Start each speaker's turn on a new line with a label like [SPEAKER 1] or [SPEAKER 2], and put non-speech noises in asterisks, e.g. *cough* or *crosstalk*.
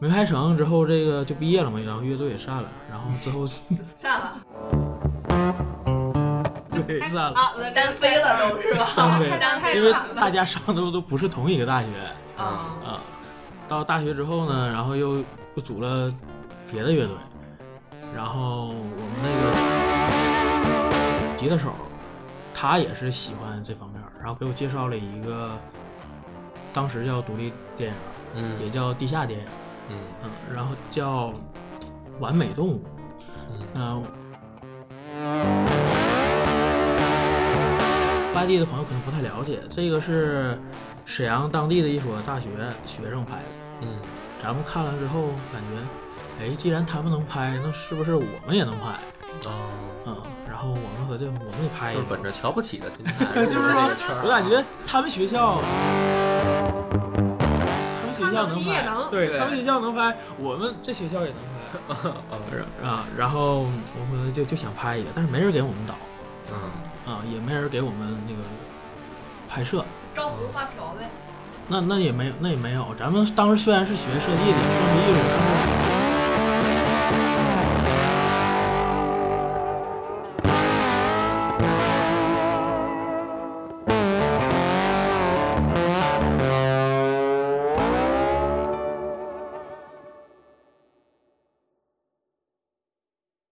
[SPEAKER 1] 没拍成之后，这个就毕业了嘛，然后乐队也散了，然后之后
[SPEAKER 2] 散了，
[SPEAKER 1] 对散了，
[SPEAKER 3] 啊，了，
[SPEAKER 2] 单飞了都是吧？
[SPEAKER 1] 单飞
[SPEAKER 3] 太
[SPEAKER 2] 单
[SPEAKER 3] 太
[SPEAKER 1] 因为
[SPEAKER 2] 飞了
[SPEAKER 1] 大家上的都都不是同一个大学
[SPEAKER 2] 啊，
[SPEAKER 1] 啊。到大学之后呢，然后又又组了别的乐队，然后我们那个吉他手，他也是喜欢这方面儿，然后给我介绍了一个，当时叫独立电影儿，也
[SPEAKER 4] 嗯
[SPEAKER 1] 叫地下电影儿，
[SPEAKER 4] 嗯
[SPEAKER 1] 嗯，然后叫《完美动物》，嗯、外地的朋友可能不太了解，这个是沈阳当地的一所大学学生拍的。
[SPEAKER 4] 嗯
[SPEAKER 1] 咱们看了之后感觉，哎，既然他们能拍，那是不是我们也能拍？
[SPEAKER 4] 哦，
[SPEAKER 1] 嗯，然后我们和这我们也拍一
[SPEAKER 4] 就是
[SPEAKER 1] 个。
[SPEAKER 4] 本着瞧不起的心 *laughs* 态
[SPEAKER 1] 就
[SPEAKER 4] 入
[SPEAKER 1] 是说
[SPEAKER 4] 了这个圈儿啊，
[SPEAKER 1] 我感觉他们学校，他们学校
[SPEAKER 3] 他能你也
[SPEAKER 1] 拍，
[SPEAKER 3] 能
[SPEAKER 1] 对
[SPEAKER 4] 对
[SPEAKER 1] 他们学校能拍，我们这学校也能拍。
[SPEAKER 4] 嗯
[SPEAKER 1] 啊，然后我们就就想拍一个，但是没人给我们导
[SPEAKER 4] 嗯
[SPEAKER 1] 啊，也没人给我们那个拍摄。
[SPEAKER 2] 照葫芦画瓢呗。
[SPEAKER 1] 那那也没有，那也没有。咱们当时虽然是学设计的，算是艺术，但是